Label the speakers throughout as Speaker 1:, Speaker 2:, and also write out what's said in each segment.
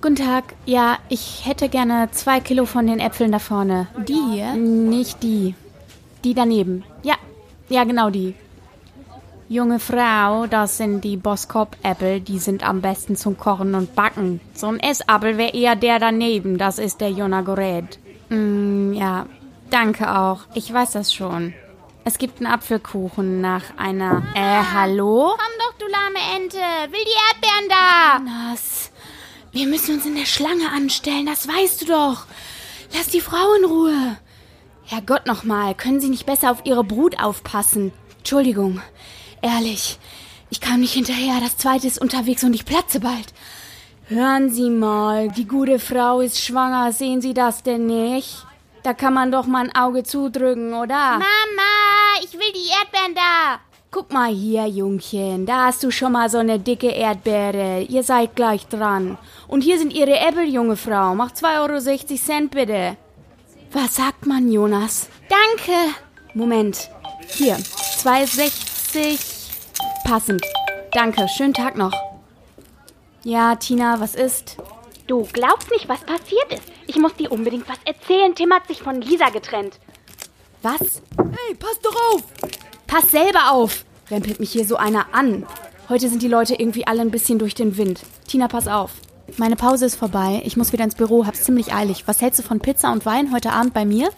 Speaker 1: Guten Tag. Ja, ich hätte gerne zwei Kilo von den Äpfeln da vorne.
Speaker 2: Die hier?
Speaker 1: Nicht die. Die daneben. Ja, ja, genau die. Junge Frau, das sind die Boskop-Äpfel, die sind am besten zum Kochen und Backen. So ein Essappel wäre eher der daneben, das ist der Jonagoret. Mm, ja, danke auch. Ich weiß das schon. Es gibt einen Apfelkuchen nach einer... Äh, hallo?
Speaker 2: Komm doch, du lahme Ente. Will die Erdbeeren da?
Speaker 1: Jonas, wir müssen uns in der Schlange anstellen, das weißt du doch. Lass die Frau in Ruhe. Herrgott nochmal, können Sie nicht besser auf Ihre Brut aufpassen? Entschuldigung, ehrlich, ich kam nicht hinterher, das zweite ist unterwegs und ich platze bald. Hören Sie mal, die gute Frau ist schwanger, sehen Sie das denn nicht? Da kann man doch mal ein Auge zudrücken, oder?
Speaker 2: Mama, ich will die Erdbeeren da.
Speaker 1: Guck mal hier, Jungchen, da hast du schon mal so eine dicke Erdbeere. Ihr seid gleich dran. Und hier sind ihre Äpfel, junge Frau. Mach 2,60 Euro Cent bitte. Was sagt man, Jonas?
Speaker 2: Danke.
Speaker 1: Moment. Hier, 2,60. Passend. Danke, schönen Tag noch. Ja, Tina, was ist?
Speaker 3: Du glaubst nicht, was passiert ist. Ich muss dir unbedingt was erzählen. Tim hat sich von Lisa getrennt.
Speaker 1: Was?
Speaker 4: Hey, pass doch auf!
Speaker 1: Pass selber auf! Rempelt mich hier so einer an. Heute sind die Leute irgendwie alle ein bisschen durch den Wind. Tina, pass auf.
Speaker 2: Meine Pause ist vorbei. Ich muss wieder ins Büro, hab's ziemlich eilig. Was hältst du von Pizza und Wein heute Abend bei mir?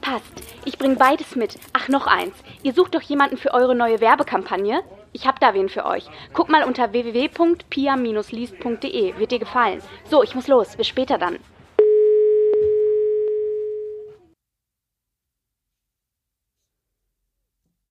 Speaker 3: Passt. Ich bringe beides mit. Ach, noch eins. Ihr sucht doch jemanden für eure neue Werbekampagne? Ich hab da wen für euch. Guck mal unter www.pia-liest.de. Wird dir gefallen. So, ich muss los. Bis später dann.